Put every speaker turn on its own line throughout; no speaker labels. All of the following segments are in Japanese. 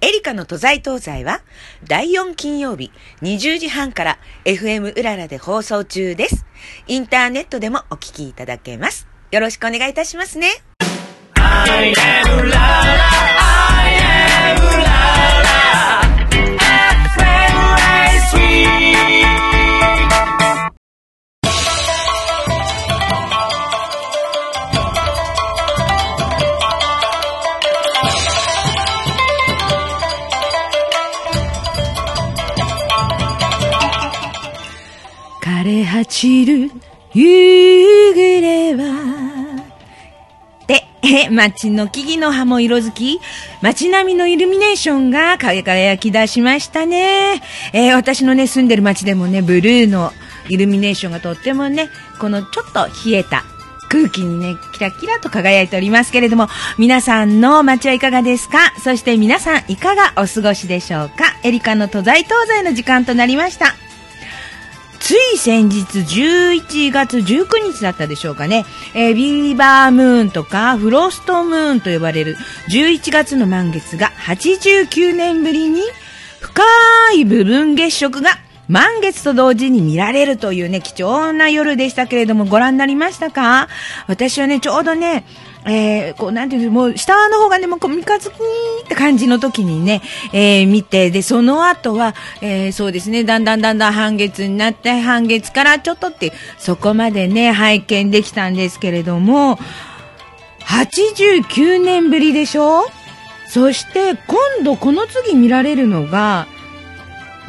エリカの都在東西は、第4金曜日20時半から FM うららで放送中です。インターネットでもお聞きいただけます。よろしくお願いいたしますね。枯れ果ちる夕暮れは。で、え街の木々の葉も色づき、街並みのイルミネーションが輝き出しましたね。えー私のね、住んでる街でもね、ブルーのイルミネーションがとってもね、このちょっと冷えた空気にね、キラキラと輝いておりますけれども、皆さんの街はいかがですかそして皆さんいかがお過ごしでしょうかエリカの都在東西の時間となりました。つい先日11月19日だったでしょうかね、えービーバームーンとかフロストムーンと呼ばれる11月の満月が89年ぶりに深い部分月食が満月と同時に見られるというね、貴重な夜でしたけれども、ご覧になりましたか私はね、ちょうどね、えーこう、なんていうの、もう、下の方がね、もう、こう三日月って感じの時にね、えー見て、で、その後は、えーそうですね、だんだんだんだん半月になって、半月からちょっとって、そこまでね、拝見できたんですけれども、89年ぶりでしょそして、今度、この次見られるのが、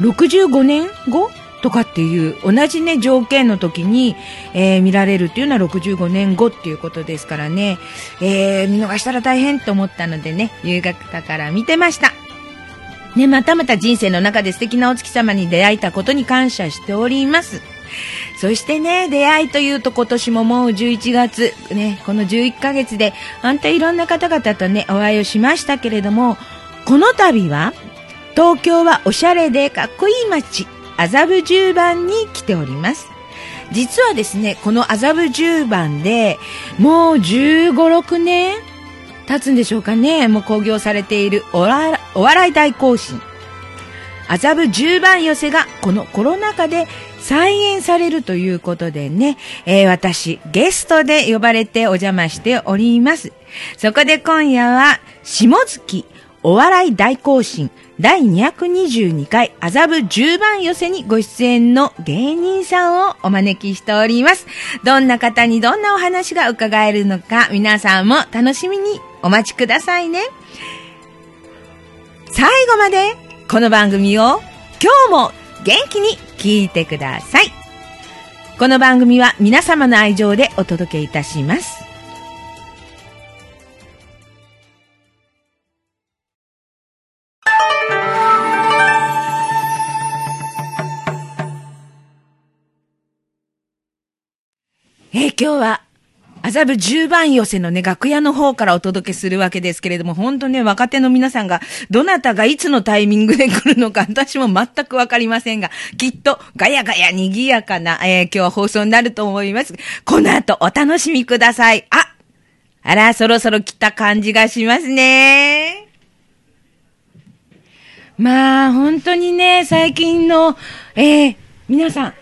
65年後とかっていう同じね条件の時に、えー見られるっていうのは65年後っていうことですからね、えー見逃したら大変と思ったのでね夕方から見てましたねまたまた人生の中で素敵なお月様に出会えたことに感謝しておりますそしてね、出会いというと今年ももう11月、ね、この11ヶ月で、本当いろんな方々とね、お会いをしましたけれども、この度は、東京はおしゃれでかっこいい街、麻布十番に来ております。実はですね、この麻布十番で、もう15、6年経つんでしょうかね、もう興行されているおらお笑い大行進。麻布十番寄せがこのコロナ禍で再演されるということでね、えー私、ゲストで呼ばれてお邪魔しております。そこで今夜は、下月お笑い大行進第222回麻布十番寄せにご出演の芸人さんをお招きしております。どんな方にどんなお話が伺えるのか、皆さんも楽しみにお待ちくださいね。最後までこの番組を今日も元気に聞いてください。この番組は皆様の愛情でお届けいたします。えー今日は、麻布十番寄せのね、楽屋の方からお届けするわけですけれども、本当ね、若手の皆さんが、どなたがいつのタイミングで来るのか、 私も全くわかりませんが、きっと、ガヤガヤ賑やかな、えー今日は放送になると思います。この後、お楽しみください。ああら、そろそろ来た感じがしますね。まあ、本当にね、最近の、えー皆さん、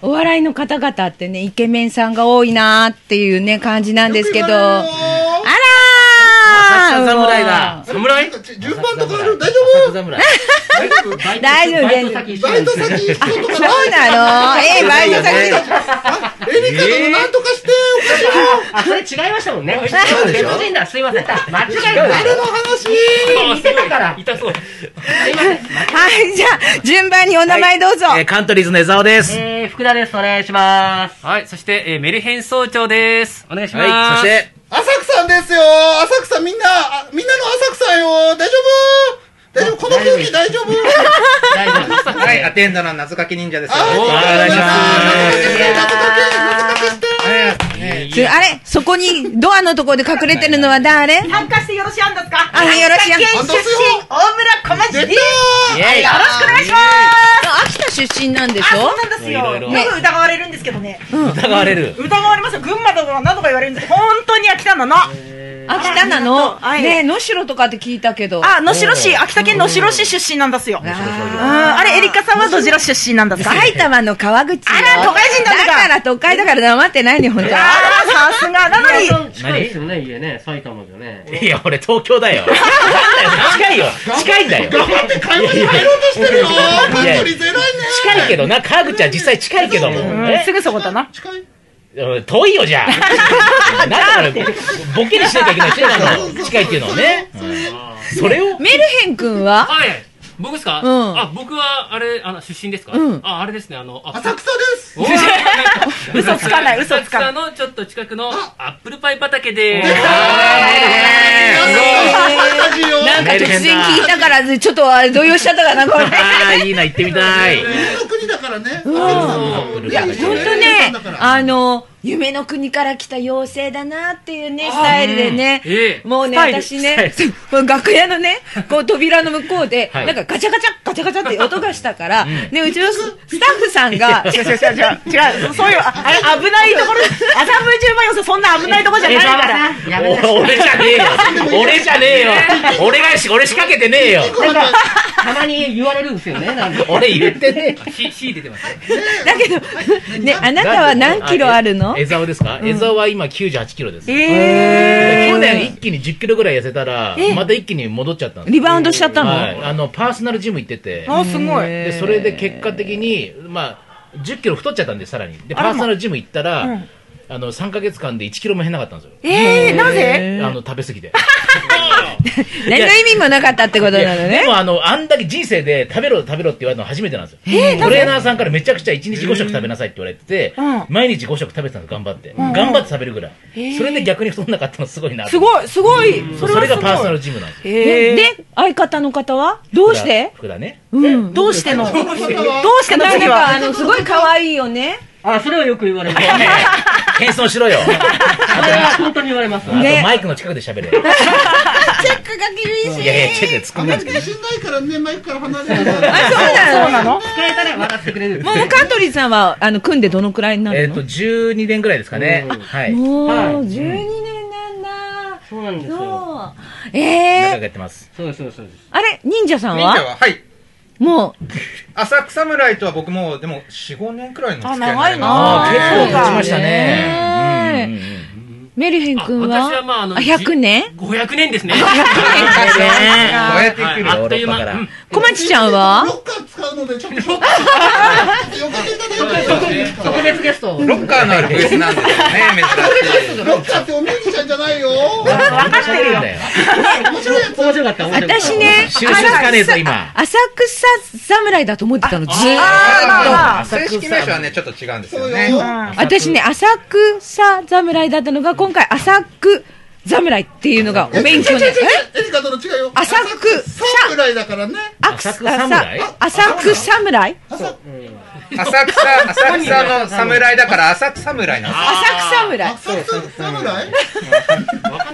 お笑いの方々ってね、イケメンさんが多いなーっていうね、感じなんですけど、
よく言わ
あ
れるよ
らー
サ侍だ。侍
順番とかある大丈
サ
夫
侍。大
大丈夫
バイト先一緒
バ
な
イ
んで
ト
すよ
先
ね。
人とか
そうなのえー、バイト先だ
エリカ殿なんとかしておかしいよ
あ、それ違いましたもんね。
うでしょ
別人だ。すいません。間違え
あれの話
た。見てたから。痛そ
は
う。
い、じゃあ、順番にお名前どうぞ。
えーカントリーズの江澤です。
えー、福田です。お願いします。
はい、そして、えーメルヘン総長です。お願いしま
は
す。
い、そして、
浅草ですよ浅草みんなあみんなの浅草よ大丈夫大丈夫この空気大丈夫
大丈夫です。
はい、アテンダーの謎かけ忍者です。
あー
お
ありがとうございま
お願いし
す
ます
謎かけして
つあれそこに、ドアのところで隠れてるのは誰
参加してよろしいんですか
あよろしい
秋田県出身、大村小町
出たー
です。よろしくお願いしま。
秋田出身なんですし
あ、
ょ
そうなんですよ。
いろい
よ
ろ
く疑われるんですけどね。
疑われる。
疑われますよ。群馬とか何とか言われるんですけど、本当に秋田なの。
秋田なの、
はい
ねえ、能代とかって聞いたけど。
あ、能代市、秋田県能代市出身なんですよ。うんあれ、エリカさんはどちら出身なんですか
埼玉の川口よ
あら都会人だった
だから都会だから黙ってないね、ほんと
ああ、さすが。なのに、
近いですよね、家ね、埼玉じゃね。
いや、俺東京だよ。なんだよ近いよ。近いんだよ。
頑張って会話に入ろうとしてるよカントリーゼロいね
近いけどな、川口は実際近いけども。
うんすぐそこだな。
近い
うん遠いよ、じゃあ。なんだから、ボケにしなきゃいけないしね、あの、近いっていうのをね。それを、
メルヘン君は
はい。僕ですか
うん
あ、僕は、あれ、あの、出身ですか
うん
あ、あれですね、あの、あ
浅草です
おー
嘘つかない嘘つかない
浅草のちょっと近くのアップルパイ畑で
出たーファンタジーを
なんか突然聞いたから、ちょっとあれ動揺しちゃったかな、これ。
ああ、いいな、行ってみたい。
夢の国だからね
ん
いや、ほんとね、
あ
あの、夢の国から来た妖精だなっていうね、スタイルでね。
ええ
もうね、
スタイル
私ね、楽屋のね、こう扉の向こうで、
はい
なんかガチャガチャ、ガチャガチャって音がしたから、ね、うちのススタッフさんが、
違う違う違う違う。違う、そういう、ああれ、危ないところ、麻布十番寄せ、そんな危ないとこじゃないから。
やめなさい
お俺じゃねえよ。俺じゃねえよ。俺がし、俺仕掛けてねえよ。
たまに言われるんですよね、なん か。
俺言ってね
ー火火出てますね
だけど、ね、あなたは何キロあるの
え江沢ですか江沢は今98キロです。
ええ
去年一気に10キロぐらい痩せたら、また一気に戻っちゃったんです
リバウンドしちゃったの、
はい、あのパーソナルジム行ってて、
あ、すごい。
でそれで結果的に、まあ、10キロ太っちゃったんで、さらに、でパーソナルジム行ったら、あ,、の3か月間で1キロも減らなかったんですよ、
ええなぜ
あの食べ過ぎて。
何の意味もなかったってことなの
で
ね。
もあの、あんだけ人生で食べろ、食べろって言われるの初めてなんですよ、トレーナーさんからめちゃくちゃ1日5食食べなさいって言われてて、
うん
毎日5食食べてたんです、頑張って、頑張って食べるぐらい、それで逆に太んなかったの、すごいな
すごい、すごい。
そ
そ
れそれ
れはす
がパーソ
ご
ナ
い。
ルジムなんですよ、
ええ
で、相方の方はどうして
福田ね、
うん。
どうしてのどうしての
なん
次
か、
は
あの、すごい可愛いよね。
あ、それはよく言われます。それ
謙遜しろよ、
は本当に言われます。
あと
ね
マイクの近くで喋れ。
チェックが厳し
いやいや、チェックで突
あ
っ込ん
ん
で
まり自信ないからねマイ
るんですけど。
クから離れて
あ、そう
そう
な
な
の
の
使えたら笑ってくれる。
もう、カントリーさんは、あの、組んでどのくらいにな
え
る
っ、
の
と、12年ぐらいですかね。はい。長
もう、
はい
12年なんだ。
そうなんですよ。
そう。え
く
え
やってます。
そうです、そうですそうです。
あれ忍者さん
忍者
は
は、はい。
もう、
浅草侍とは僕も、でも、4、5年くらいの付き合いになり
あ
ま
あ
す
あ、
ー
結構
そう
経
か
ちましたね。
ねメルヘン君
あ
は
私はまああの
100年
500年ですね
500
うんうんうん
年
ど
か
ね
うやって
は
来
い
る
あっという
ヨーロッパ
間
から
うん
小町ちゃん
ロ
は
ッカー使うのでちょっとよかけただいて
特別ゲスト。
ロッカーのあるブースなんですよね、珍しい。
ロッカーっておミュージシャンじゃないよ
分かってるんだよ。
面白いやつ
面白かった、面白かった。
私ね、
収集つかねえぞ、今。
浅草侍だと思ってたの、ずーっと。
あ
正式名称はね、ちょっと違うんです
そ
よ
う
ね。
よ
私ね、浅草侍だったのが、今回、浅く侍っていうのがお勉強
違う違
で
う違う。エリカとの違いよ
浅く
さぐらいだからね
浅
浅草侍
浅く侍
浅草、浅草の侍だから、浅草侍なんですよ。
浅く侍
浅草侍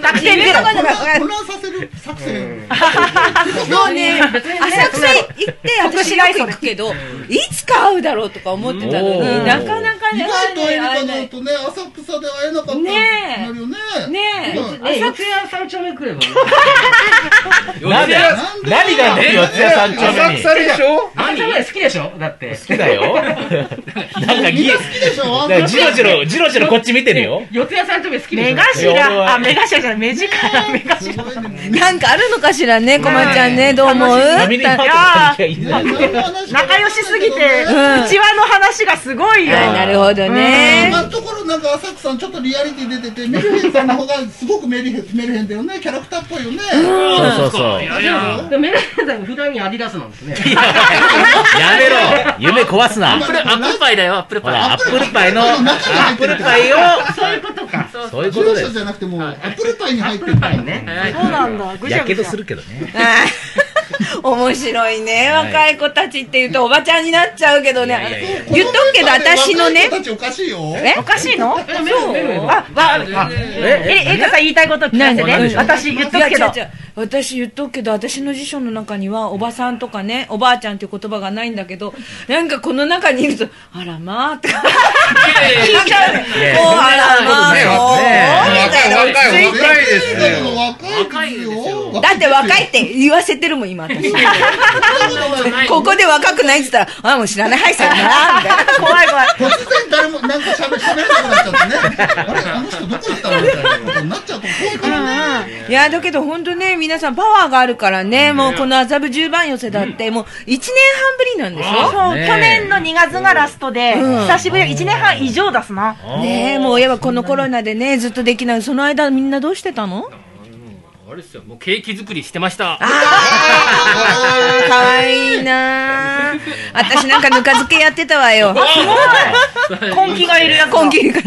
濁点ゼロ。
混乱させる作戦
もうね、浅草行って、私よく行くけど、いつか会うだろうとか思ってたの
う
に、
ん
なかなか
意
ね、
外とエ
会え
リ
ない会えない。
カのとね浅草で会えなかった
ねえ
なるよね
ねえ
うん
ね、四谷三丁目来れば。
なんだよ。
なんで
何がね、四ツ谷三丁目
浅
に。
草でしょ
三丁目好きでしょだって。
好きだ よ。なんかぎ、
好きでしょ
だからジロジロ、ジロジロこっち見てるよ。
四谷三丁目好きでし
目
ょ
頭。あ、目頭じゃない、目力、目頭。
すごいね
なんかあるのかしらね、こまちゃんね、どう思う
波にパッと感じがいいんだよ。
仲良しすぎて、うち
ん
わの話がすごいよ。
あなるほどね。
今のところなんか浅草さんちょっとリアリティ出ててメルヘンさんの方がすごくメルヘンメルヘンだよねキャラクターっぽいよね
そうそうそう。
いや
でも、メラヘンさん普段にアディダスなんですね。
やめろ夢壊すな
アップルアップルパイだよアップル
ほ
パイ
ら、アップルパイの、アップルパイを、
そういうことか。そう
そういうこと
住
で
所じ
す。
ゃなくてもうアップルパイに入ってるから
ね。
そうなんだ。ぐち
や
ゃ
け
ぐ
ど
ちゃ
す。るけどね。
あー面白いね、
はい
若い子たちって言うとおばちゃんになっちゃうけどね、
いやいやいや
言っとくけど私のね
若い子たちおかしいよ
え
おかしいの
えメルヘンメルヘン
あ、わ、
え
え、えいかさん言いたいこと聞かせ
なんで
て。私言っとくけど。
いや違う違う私言っとくけど私の辞書の中にはおばさんとかねおばあちゃんっていう言葉がないんだけどなんかこの中にいるとあらまあって聞いちゃうもう
いや
あらまあ
ね
もうみたいな
若い若い若いです
だけど
よ
若いですよ。
だって若いって言わせてるもん今私ここで若くないって言ったらあもう知らないはいさよならみたいな
怖い怖い。
突然誰もなんか喋喋れなくなっちゃってね。あれあの人どこ行ったのみたいなことになっちゃうと怖いからね。
いやだけど本当ね皆さんパワーがあるからねもうこの麻布十番寄せだってもう1年半ぶりなんでしょ
そう、
ねえ
去年の2月がラストで、
うん
久しぶり1年半以上出すな。
ねえもうやっぱこのコロナでねずっとできないその間みんなどうして たの
あれですよ、もうケーキ作りしてました。
あーかわい いなー私なんかぬか漬けやってたわよ
根気がいるやつだ。
根気が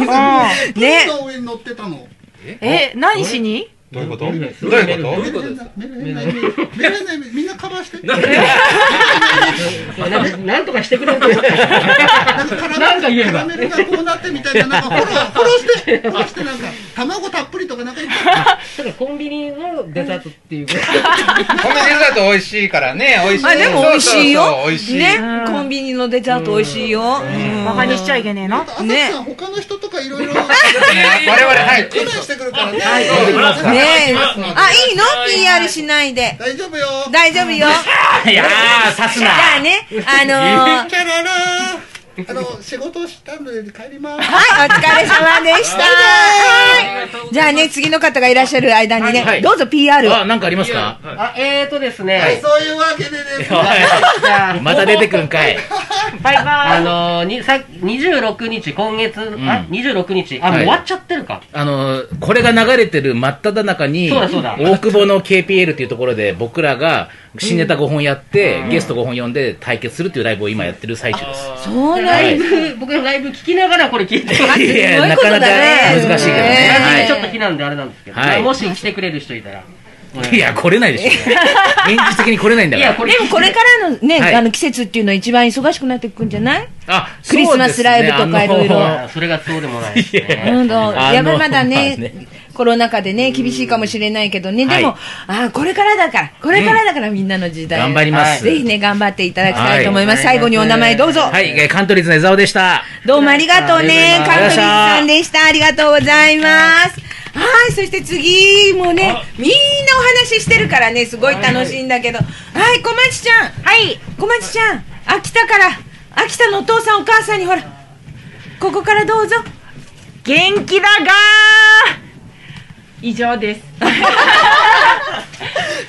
ね
の上に乗ってたの。
え、何しに
どういうことど
ど
う
う
い
いうう
こ
ことと
メレンダメレンダメレンダみんなカバーして。なん
ななんとかしてくれと思った
か
なんか言えば
カラメルがこうなってみたいななんかフォローフォローしてフォローしてなんか卵たっぷりとかなんかいっぱい
だからコンビニのデザートっていう
コンビニデザート美味しいからね、美味しい。
あでも美味しいよ
そうそうそう美味しい。
ね
うん
コンビニのデザート美味しいよ
バカにしちゃいけねえな。
朝日
ね
さん他の人とかいろいろ
我々、 はい。
苦難してくるからね。
ねえあいいの PR しないで
大丈夫よ。
大丈夫よ
いやー、刺す
じ
な。
ゃあねあのー
キャララー。あの仕事したので帰ります。
はい、お疲れ様でした。はいじゃあね、次の方がいらっしゃる間に
は
ね、
い
どうぞ PR を。
あ、なんかありますか
あえーとですね、
はい、そういうわけでですね。
じゃあ
また出てくるんかい。
バイ
あ
バ
のー、にさ26日、今月、
ん
あ26日、あ、もう
はい
終わっちゃってるか。
あの、これが流れてる真っ只中に、
そうだそうだ
大久保の KPL っていうところで僕らが新ネタ5本やって、ゲスト5本呼んで対決するっていうライブを今やってる最中です。
そうな
ラ
ん
イブ、僕のライブ聞きながらこれ聞いてます。
す
いやい
ご
や、
い
な
ことだ
か
ね
なか難しいけどね。
ね
ちょっと避難であれなんですけど、
はい
まあもし来てくれる人いたら。
はい。いや、来れない でしょ。現実的に来れないんだ
い
か
や、
ら。
これ、
でもこれからのね、
はい
あの季節っていうのは一番忙しくなっていくんじゃない
あ、
クリスマスライブとか
そうですね
いろいろ
あの
あそれがそうでもないですね。
うんどう
あの
やっぱりまだね,、
まあね
コロナ禍でね、厳しいかもしれないけどね、
はい
でも、あーこれからだから、これからだからみんなの時代。
頑張ります
ぜひね、頑張っていただきたいと思います。最後にお名前どうぞ。
はい、えーカントリーズの江澤でした。
どうもありがとうね。
あ
カン
り
トリ
が
ー
とう
さ
ございました
んでした。ありがとうございます。はい、そして次もね、みんなお話ししてるからね、すごい楽しいんだけど。はい、小町ちゃん。はい。小町ちゃん、秋田から、秋田のお父さんお母さんにほら、ここからどうぞ。
イ。元気だがー以上です。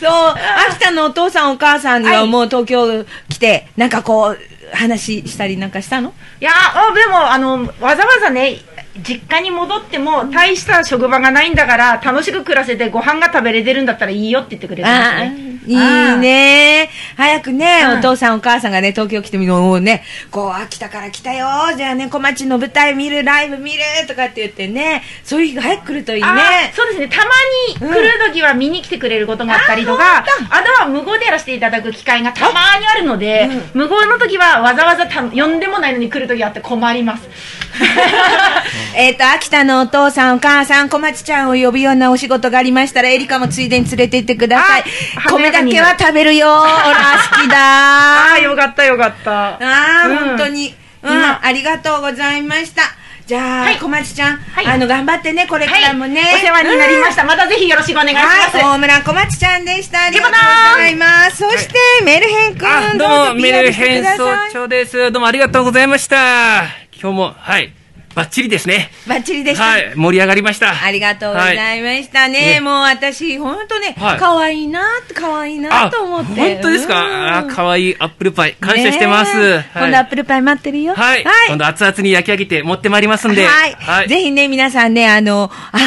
そう、秋田のお父さんお母さんにはもう東京来て、なんかこう、話したりなんかしたの
いやーあでもあのわざわざね実家に戻っても大した職場がないんだから楽しく暮らせてご飯が食べれてるんだったらいいよって言ってくれた
あ
んですね
いいね。早くね、
うん
お父さんお母さんがね、東京来てみるもうね、こう、秋田から来たよ、じゃあね、小町の舞台見る、ライブ見るとかって言ってね、そういう日が早く来るといいね。
あーそうですねたまに来る時は見に来てくれることがあったりとか、あとは無言でやらせていただく機会がたまにあるので、無言の時はわざわざた呼んでもないのに来る時があって困 ります
えっと、秋田のお父さんお母さん、小町ちゃんを呼ぶようなお仕事がありましたら、エリカもついでに連れて行ってください。
あ
米
華や
だ
かに
けは食べるよ、ほら、好きだ。
ああよかったよかった
ああ、
うん
本当に。うん、
今
ありがとうございました。じゃあ、
はい
小町ちゃん、
い
あの、頑張ってね、これか
は
ら
い、
もね。
お世話になりました、またぜひよろしくお願いしま
はい、
す、
大村小町ちゃんでした。ありがとうございます。そして、メルヘン君、
あ、
ど
どう
う
も、
ぞ
メル
PR して
ヘ
く
ン
だ
総
さい。
長です。どうもありがとうございました。今日も、はい、バッチリですね。
バッチリでした。
はい、盛り上がりました。
ありがとうございましたね。
ね
もう私、ほんとね、
はい
可愛いなって、可愛いなと思って。
本当ですかあ
うん
ー、可愛いアップルパイ。感謝してます。
ねえ
はい
今度アップルパイ待ってるよ。
はい。今度熱々に焼き上げて持ってまいりますんで。
はい、ぜひね、皆さんね、あの、あ、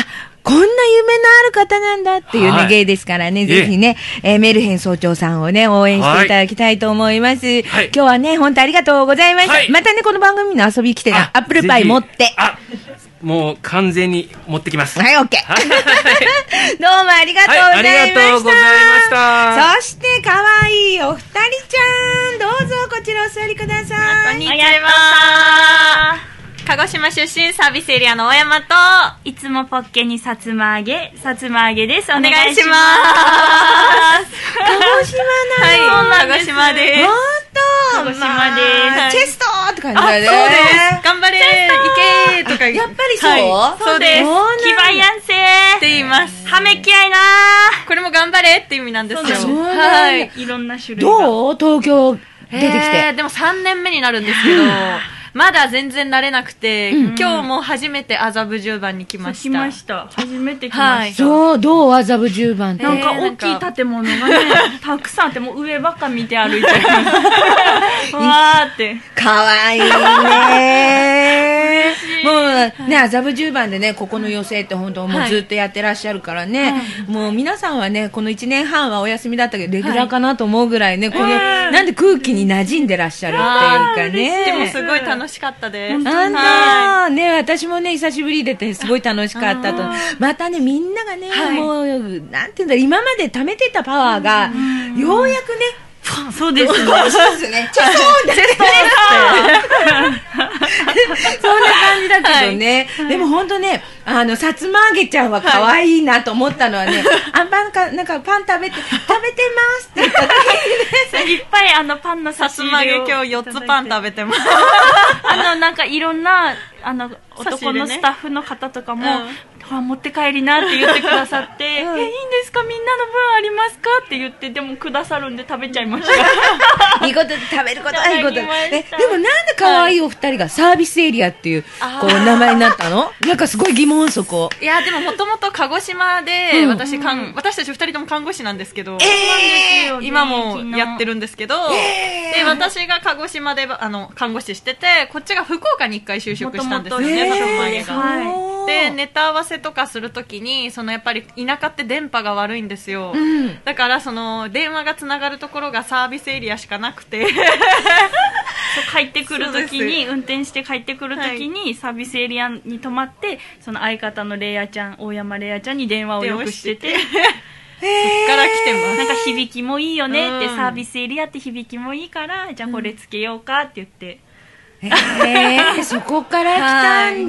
こんな夢のある方なんだっていうね、
はい
芸ですからね、ぜひね、えーメルヘン総長さんをね、応援していただきたいと思います。
はい
今日はね、本当ありがとうございました。
はい
またね、この番組の遊び来てね、
あ
アップルパイ持っ
ぜ
て
ひ。あ、もう完全に持ってきます。
はい、オッケ
はい
ー。 どうもありがとうございま
は
した。
いありがとうございました
そして、可愛いお二人 ちゃん、どうぞこちらお座りください。
こんにちは
鹿児島出身サービスエリアの大山と、
いつもポッケにさつま揚げ、さつま揚げです。お
お
願
願い
い
し
し
ま
ます。
鹿児島
はい、
なの。
鹿児島です。
本当
鹿児島です
まあチェストーって感じ
あ、そ
だ
うで
ね。
す。頑張れいけーとか
やっぱりそう、
はいそうです。
そうなんだ
キバイアンセ
って言います。
はめきあいな
これも頑張れって意味なんですよ。
そうなんだ
はい。
ーいろんな種類が。
どう東京出てき
えー
て。
でも3年目になるんです けど、まだ全然慣れなくて、今日も初めて麻布十番に来ま
来
した。
ました。初めて来
は
ま
い
し
そう、どう麻布十番って
た。。なんか
えーなん
大
か
きい建物がね、 たくさんあって、もう上ばっか見て歩いてる。わーって。
かわいいね。もうね、麻布十番でね、ここの寄席って本当もうずっとやってらっしゃるからね、もう皆さんはね、この1年半はお休みだったけど、レギュラーかなと思うぐらいね、この、なんで空気に馴染んでらっしゃるっていうかね。
でもすごい楽しかったです。
なんだ、
はい
ね、私もね、久しぶりでて、すごい楽しかったと。またね、みんながね、
はい
もう、なんていうんだろう、今まで貯めてたパワーが、ようやくね、
そうです。
そうですね。チェストーンチェストーそんな感じだけどね。でも本当ね、あの、さつま揚げちゃんは可愛いなと思ったのはね、あんパンか、なんかパン食べて、食べてますって言った時
いっぱいあのパンの
さ
差し
つ
入
ま揚げ
れを。
今日4つパン食べてます。
あの、なんかいろんな、あの、
差し
男
入れね
のスタッフの方とかも、
う
あ持って帰りなって言ってくださって、え、いいんですかみんなの分ありますかって言って、でもくださるんで食べちゃいまし た。
いいこと食べることはいいこと
いただきま
えで
した
もなんで可愛いお二人がサービスエリアっていうこう名前になった のなんかすごい疑問そこ
いや、でももともと鹿児島で、
うん
私、看私たち2人とも看護師なんですけど、今
今
もやって
る。
るんですけど、で、私が鹿児島で、あの、看護師してて、こっちが福岡に1回就職したんですよ
元々
ね、
ね
さつま揚
え
げ
ー
が。
はい
でネタ合わせとかするときにそのやっぱり田舎って電波が悪いんですよ、
ん
だからその電話がつながるところがサービスエリアしかなくて
そう帰ってくる時
そうで
に、運転して帰ってくる時に、サービスエリアに泊まって、その相方のレイヤちゃん、大山レイヤちゃんに電話をよくしてて、
から来てます
なん か響きもいいよねって、
うん
サービスエリアって響きもいいから、じゃあこれつけようかって言って。
えー、そこから来たん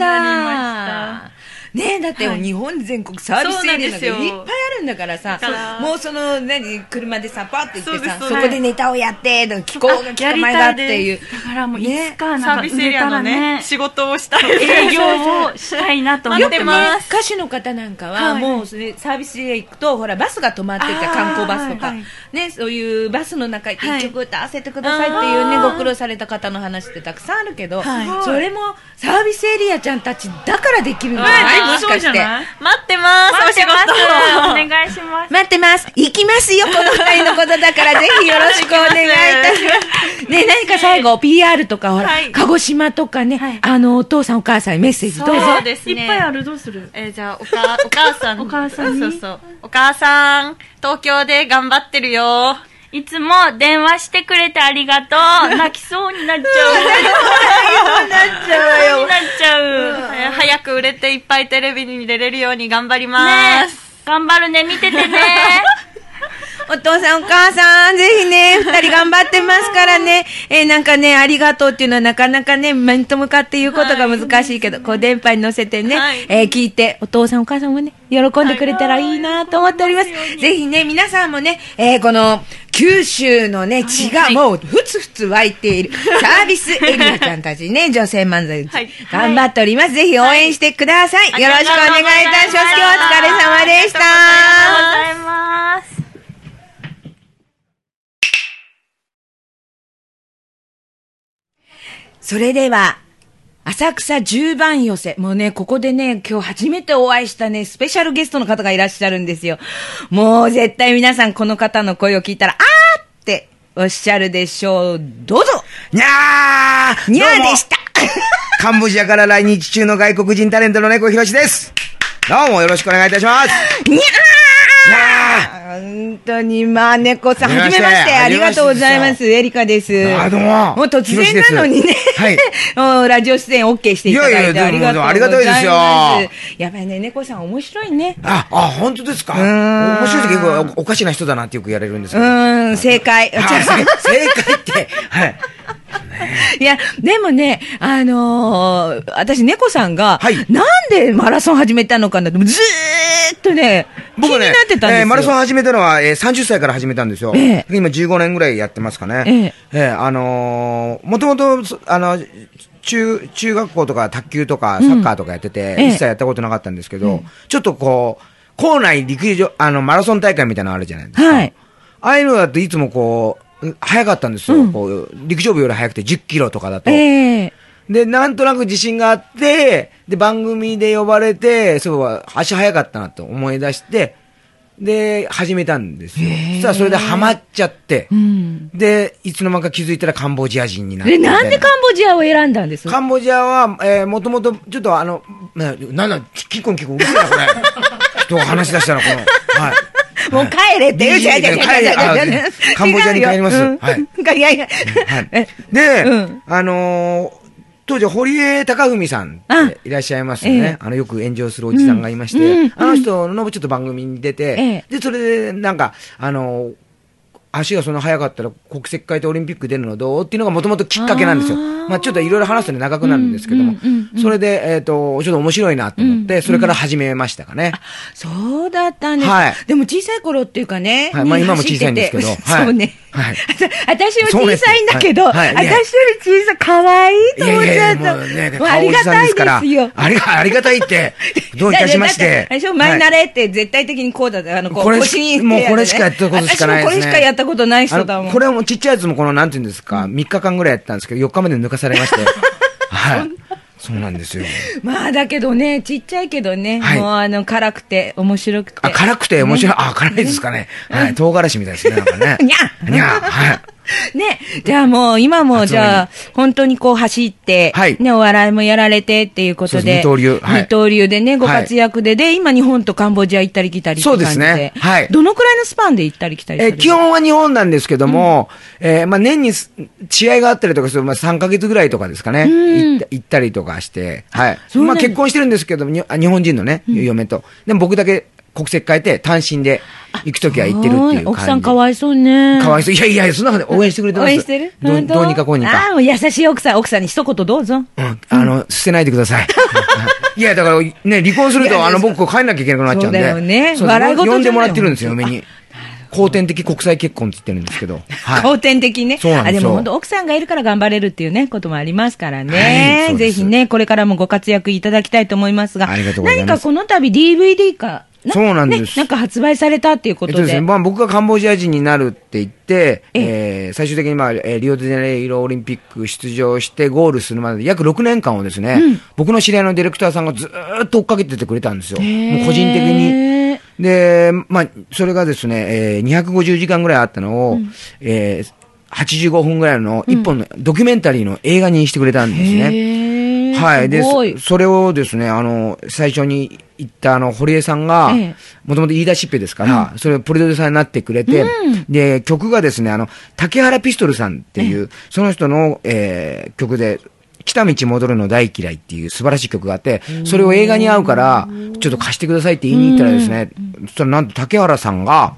は
だねえだって日本全国サービスエリアなんかい
そうなんですよ
っぱいあるんだからさ
だから
もうその何車でさパッて行ってさ
そうです
そ
そうです
こでネタをやってだから気候が来た前だっていう
だからもういつか
サ
なん
ー
か
ビ
売
スエ
れ
リ
た
アの
ら
ね
ね、
仕事をしたい
営業をしたいなと思
待
っ
ってて
ます。
ます
歌手の方なんかは、
はい
もうそれサービスエリア行くとほらバスが止まってて観光バスとか、
はいはい
ね、そういうバスの中
は
で
い
一曲歌わせてくださいっていうね、ご苦労された方の話ってたくさんあるけど、
はい
それもサービスエリアちゃんたちだからできるんじゃない、もしかして。
待ってます
待ってます。
お仕事
お願いします。
待ってます行きますよこの二人のことだからぜひよろしくお願いいたしますね何か最後 PR とかほら、
はい
鹿児島とかね、あのお父さんお母さんへメッセージどうぞ
そうです
い
ね
っぱいある、どうする
えーじゃあお かお母さん
お母さんに
そうそうお母さん東京で頑張ってるよ
いつも電話してくれてありがと う。泣きそうになっちゃう。泣きそうになっちゃう。なっちゃう。
えー早く売れていっぱいテレビに出れるように頑張りま
ね
す、
頑張るね、見 ててね。
お父さんお母さん、ぜひね、二人頑張ってますからね。えーなんかね、ありがとうっていうのはなかなかね、面と向かって言うことが難しいけど、こう電波に乗せてね、
はい
えー聞いて、お父さんお母さんもね、喜んでくれたらいいなと思っております。ぜひね、皆さんもね、えーこの、九州のね、血がもうふつふつ湧いている、サービスエリアちゃんたちね、女性漫才、
はい
頑張っております。ぜひ応援してください。
はい
よろしくお願いいたします。今日はお疲れ様でした。
ありがとうございます。
それでは、浅草十番寄せ。もうね、ここでね、今日初めてお会いしたね、スペシャルゲストの方がいらっしゃるんですよ。もう絶対皆さんこの方の声を聞いたら、あーっておっしゃるでしょう。どうぞ
にゃー
にゃーでした
カンボジアから来日中の外国人タレントの猫ひろしですどうもよろしくお願いいたします
に
に
ゃ
ゃ
ー本当に、まあ猫さん、
はじめ
は
ま
じめ
して
まして。ありがとうございます。エリカです。
あどうも
もう突然なのにね
ひろしですはい、
もうラジオ出演 OK していただい
い
て
や
あ
いやで
り
も
が
で
とう
も
ございます。
ありがたいですよ
やばいね、猫さん面白いね。
あ、あ、本当ですか
ーん
面白い時結構おかしな人だなってよく言われるんです
う
けど。
ーん、正解。
はい正解って。はい。ね
いや、でもね、あのー私、猫さんが、なんでマラソン始めたのかなって、ずーっとね、
僕ね
気になってたんですよ
えーマラソン始めたのは、えー30歳から始めたんですよ、
え
今15年ぐらいやってますかね、
え
えーあのー、もともとそあの中中学校とか卓球とか
うん
サッカーとかやってて、
ええ
一切やったことなかったんですけど、
うん
ちょっとこう、校内陸上あのマラソン大会みたいなのあるじゃないですか、
はい。
ああいうのだといつもこう、うん早かったんですよ、こう陸上部より早くて10キロとかだと。で、なんとなく自信があって、で、番組で呼ばれて、そうは、足早かったなと思い出して、で、始めたんですよ。そしたらそれでハマっちゃって、で、いつの間にか気づいたらカンボジア人になって
え、
みた
な
い
んでカンボジアを選んだんです
カンボジアは、えー、もともと、ちょっとあの、ななんだ、キッコンキッコン、うるせえな、これ。人が話し出したら、この、はい。
もう帰れって、
はい
よし、よしよしよし
帰れあ
よしよし
カンボジアに帰ります
違うよ
は
うんいやいや、
はい、 で、あのー当時、堀江貴文さんっていらっしゃいますよね。あの、よく炎上するおじさんがいまして、
うんうん
あの人のちょっと番組に出て、で、それで、なんか、あのー足がそんな速かったら国籍変えてオリンピック出るのどうっていうのがもともときっかけなんですよ。まあちょっといろいろ話すとね長くなるんですけども、それで、えっ、と、ちょっと面白いなと思って、それから始めましたかね。
そうだったんです。
はい
でも小さい頃っていうかね。
はいまあ
に
今も
走っ
小
て
さいんです
て
けどはい
そうね。私は
そう
小
です
さいんだけど、
はいはいいや
私より小さい、可愛いと思っちゃっ
いや
た。
いやいやもうね
もうありがたいです
顔おじさん
よ
です。からありがありがたいって、どういたしまし
だって
て。
最初、前
はい
慣れって絶対的にこうだった。あの、こう、
これし
腰に手やるね、
もうこれしかやったことしかないで
私
すね
もこれしかやったことない人だ
あ
も
の
ん。
これはもうちっちゃいやつもこの、なんていうんですか、3日間ぐらいやったんですけど、4日目で抜かされまして。 はい。そうなんですよ。
まあだけどね、ちっちゃいけどね、もうあの、辛くて、面白くて。
あ、辛くて面白い。あ、辛いですかね。はい。唐辛子みたいですね、なんか ね。にゃにゃはい。
ね、じゃあもう今もじゃあ、本当にこう走って、ね、お笑いもやられてっていうことで、
そうです二刀流はい
二刀流でね、ご活躍で、で、今日本とカンボジア行ったり来たりって
そ
感
う
じ
で
で。
すね。はい。
どのくらいのスパンで行ったり来たり
え
す
ー
る
基本は日本なんですけども、えーまあ、年にす試合があったりとかすると、まあ、3ヶ月ぐらいとかですかね、行った行ったりとかして、はい
そうな
ま
ん
あ、
だ
結婚してるんですけども、にあ日本人のね、嫁と、でも僕だけ国籍変えて、単身で行くときは行ってるっていう感じ。
奥さんかわいそうね。
かわいそう。いやいや、そんなこと応援してくれてます。
応援してる
どう
本当
どうにかこうにか。
ああ、もう優しい奥さん、奥さんに一言どうぞ。
あの、捨てないでください。 いや、だから、ね、離婚する
いや
と、あの、僕、帰んなきゃいけなくなっちゃうんで。
そうだよね
そう
笑い事じゃない
呼んでもらってるんですよ、嫁に。後天的国際結婚って言ってるんですけど。はい。
後天的ね。
そうなんで
あ、
すよ
でも本当奥さんがいるから頑張れるっていうね、こともありますからね。
はいそう
ぜ
です
ひね、これからもご活躍いただきたいと思いますが。
ありがとうございます
何かこの度 DVD か、
そうなんです
ねなんか発売されたっていうこ
えっ
と
と
で。
ですね、まあ、僕がカンボジア人になるって言って、えー最終的に、まあえーリオデジャネイロオリンピック出場してゴールするまで約6年間をですね、
うん
僕の知り合いのディレクターさんがずーっと追っかけててくれたんですよ。も
ー
う個人的に。で、まあ、それがですね、えー250時間ぐらいあったのを、えー85分ぐらいの1本のドキュメンタリーの映画にしてくれたんですね。はい。です
ごい
そそれをですね、あの、最初に言ったあの、堀江さんが
ええ、
もともと言い出しっぺですから、それをプロデューサーになってくれて、
うん
で、曲がですね、あの、竹原ピストルさんっていう、その人の、えー曲で、来た道戻るの大嫌いっていう素晴らしい曲があって、それを映画に合うから、ちょっと貸してくださいって言いに行ったらですね、そしたらなんと竹原さんが、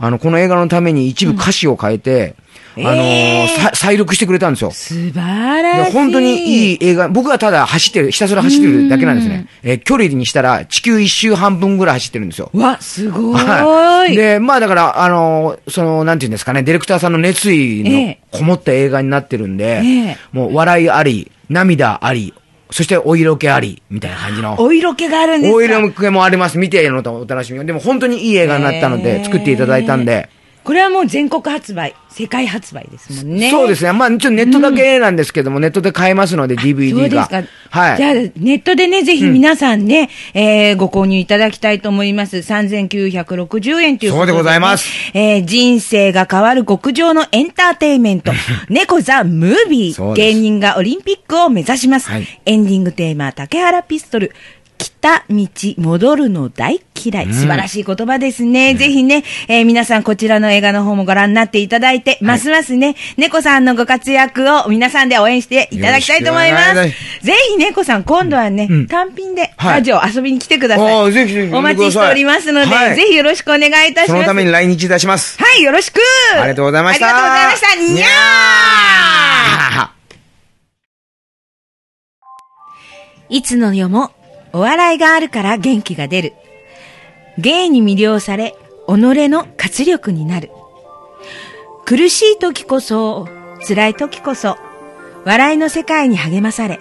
あの、この映画のために一部歌詞を変えて、
うん
あのー
ええ
さ再録してくれたんですよ。
素晴らしい。
本当にいい映画、僕はただ走ってる、ひたすら走ってるだけなんですね。えー距離にしたら地球一周半分ぐらい走ってるんですよ。
わ、すご。
はいで、まあだから、あのーその、なんていうんですかね、ディレクターさんの熱意
え
の
え
こもった映画になってるんで、
ええ
もう笑いあり、涙あり、そしてお色気あり、みたいな感じの。
お色気があるんですか
お色気もあります。見てのとお楽しみを。でも本当にいい映画になったので、
ええ
作っていただいたんで。
これはもう全国発売、世界発売ですもんね。
そうです
ね。
ね。まあ、ちょっとネットだけなんですけども、ネットで買えますので、DVD
そうで
が。
すか。
はい。
じゃあ、ネットでね、ぜひ皆さんね、えーご購入いただきたいと思います。3960円ということで、ね。
そうでございます。
えー人生が変わる極上のエンターテインメ ント、猫ザ・ムービ
そ
ー。
うで
芸
す
人がオリンピックを目指します。
はい
エンディングテーマ、竹原ピストル。来た道戻るの大嫌
う
い。
ん
素晴らしい言葉ですね。ぜひね、えー皆さんこちらの映画の方もご覧になっていただいて、ますますね、猫さんのご活躍を皆さんで応援していただきたいと思いま
よろしくお願い
す。ぜひ猫さん、今度はね、単品で
はい
ラジオ遊びに来てください。
あーぜひぜひ
お待ちしておりますので、
呼んでくださいはい
ぜひよろしくお願いいたし
そ
ます。
のために来日いたします。
はい、よろしく
ありがとうございました
ありがとうございましたにゃー
あはは
いつの世もお笑いがあるから元気が出る。芸に魅了され、己の活力になる。苦しい時こそ、辛い時こそ、笑いの世界に励まされ、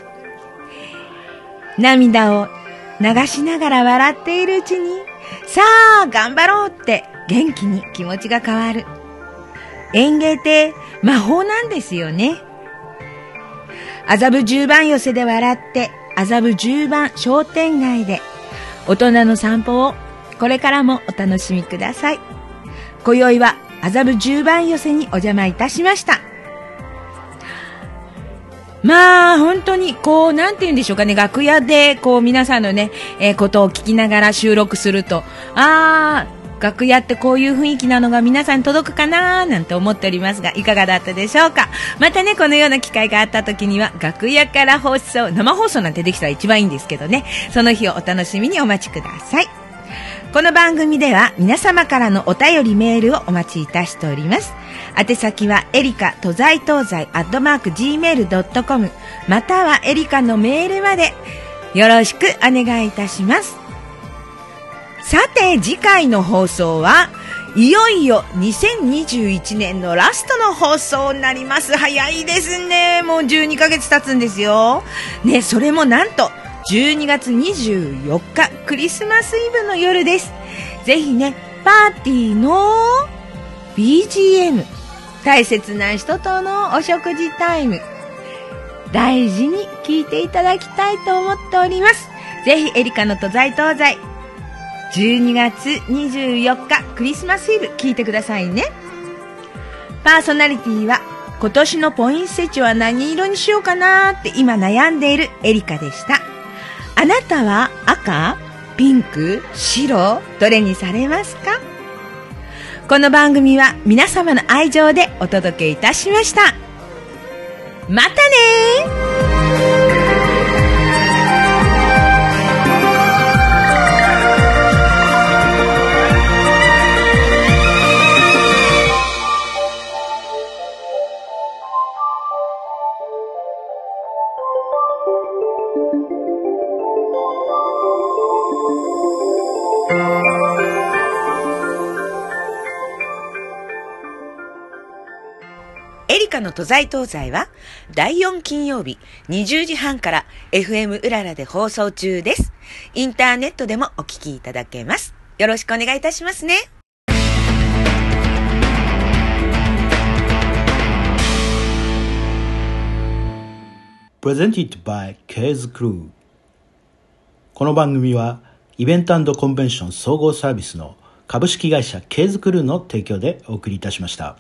涙を流しながら笑っているうちに、さあ、頑張ろうって元気に気持ちが変わる。園芸って魔法なんですよね。麻布十番寄せで笑って、麻布十番商店街で、大人の散歩をこれからもお楽しみください。今宵は麻布十番寄せにお邪魔いたしました。
まあ、本当に、こう、なんて言うんでしょうかね、楽屋で、こう、皆さんのね、えーことを聞きながら収録すると、あー、楽屋ってこういう雰囲気なのが皆さんに届くかなーなんて思っておりますが、いかがだったでしょうか。またね、このような機会があった時には、楽屋から放送、生放送なんてできたら一番いいんですけどね、その日をお楽しみにお待ちください。
この番組では皆様からのお便りメールをお待ちいたしております。
宛先はエリカ都在東西アットマーク Gmail.com またはエリカのメールまでよろしくお願いいたしますさて次回の放送はいよいよ2021年のラストの放送になります早いですねもう12ヶ月経つんですよねそれもなんと12月24日クリスマスイブの夜ですぜひねパーティーの BGM 大切な人とのお食事タイム大事に聞いていただきたいと思っておりますぜひエリカの都在東西12月24日クリスマスイブ聞いてくださいねパーソナリティは今年のポインセチは何色にしようかなーって今悩んでいるエリカでしたあなたは赤ピンク白どれにされますかこの番組は皆様の愛情でお届けいたしました。またねー
エリカの都在東西は第4金曜日20時半から FM うららで放送中です。インターネットでもお聞きいただけます。よろしくお願いいたしますね。
Presented by K's Crew この番組はイベントコンベンション総合サービスの株式会社 K's Crew の提供でお送りいたしました。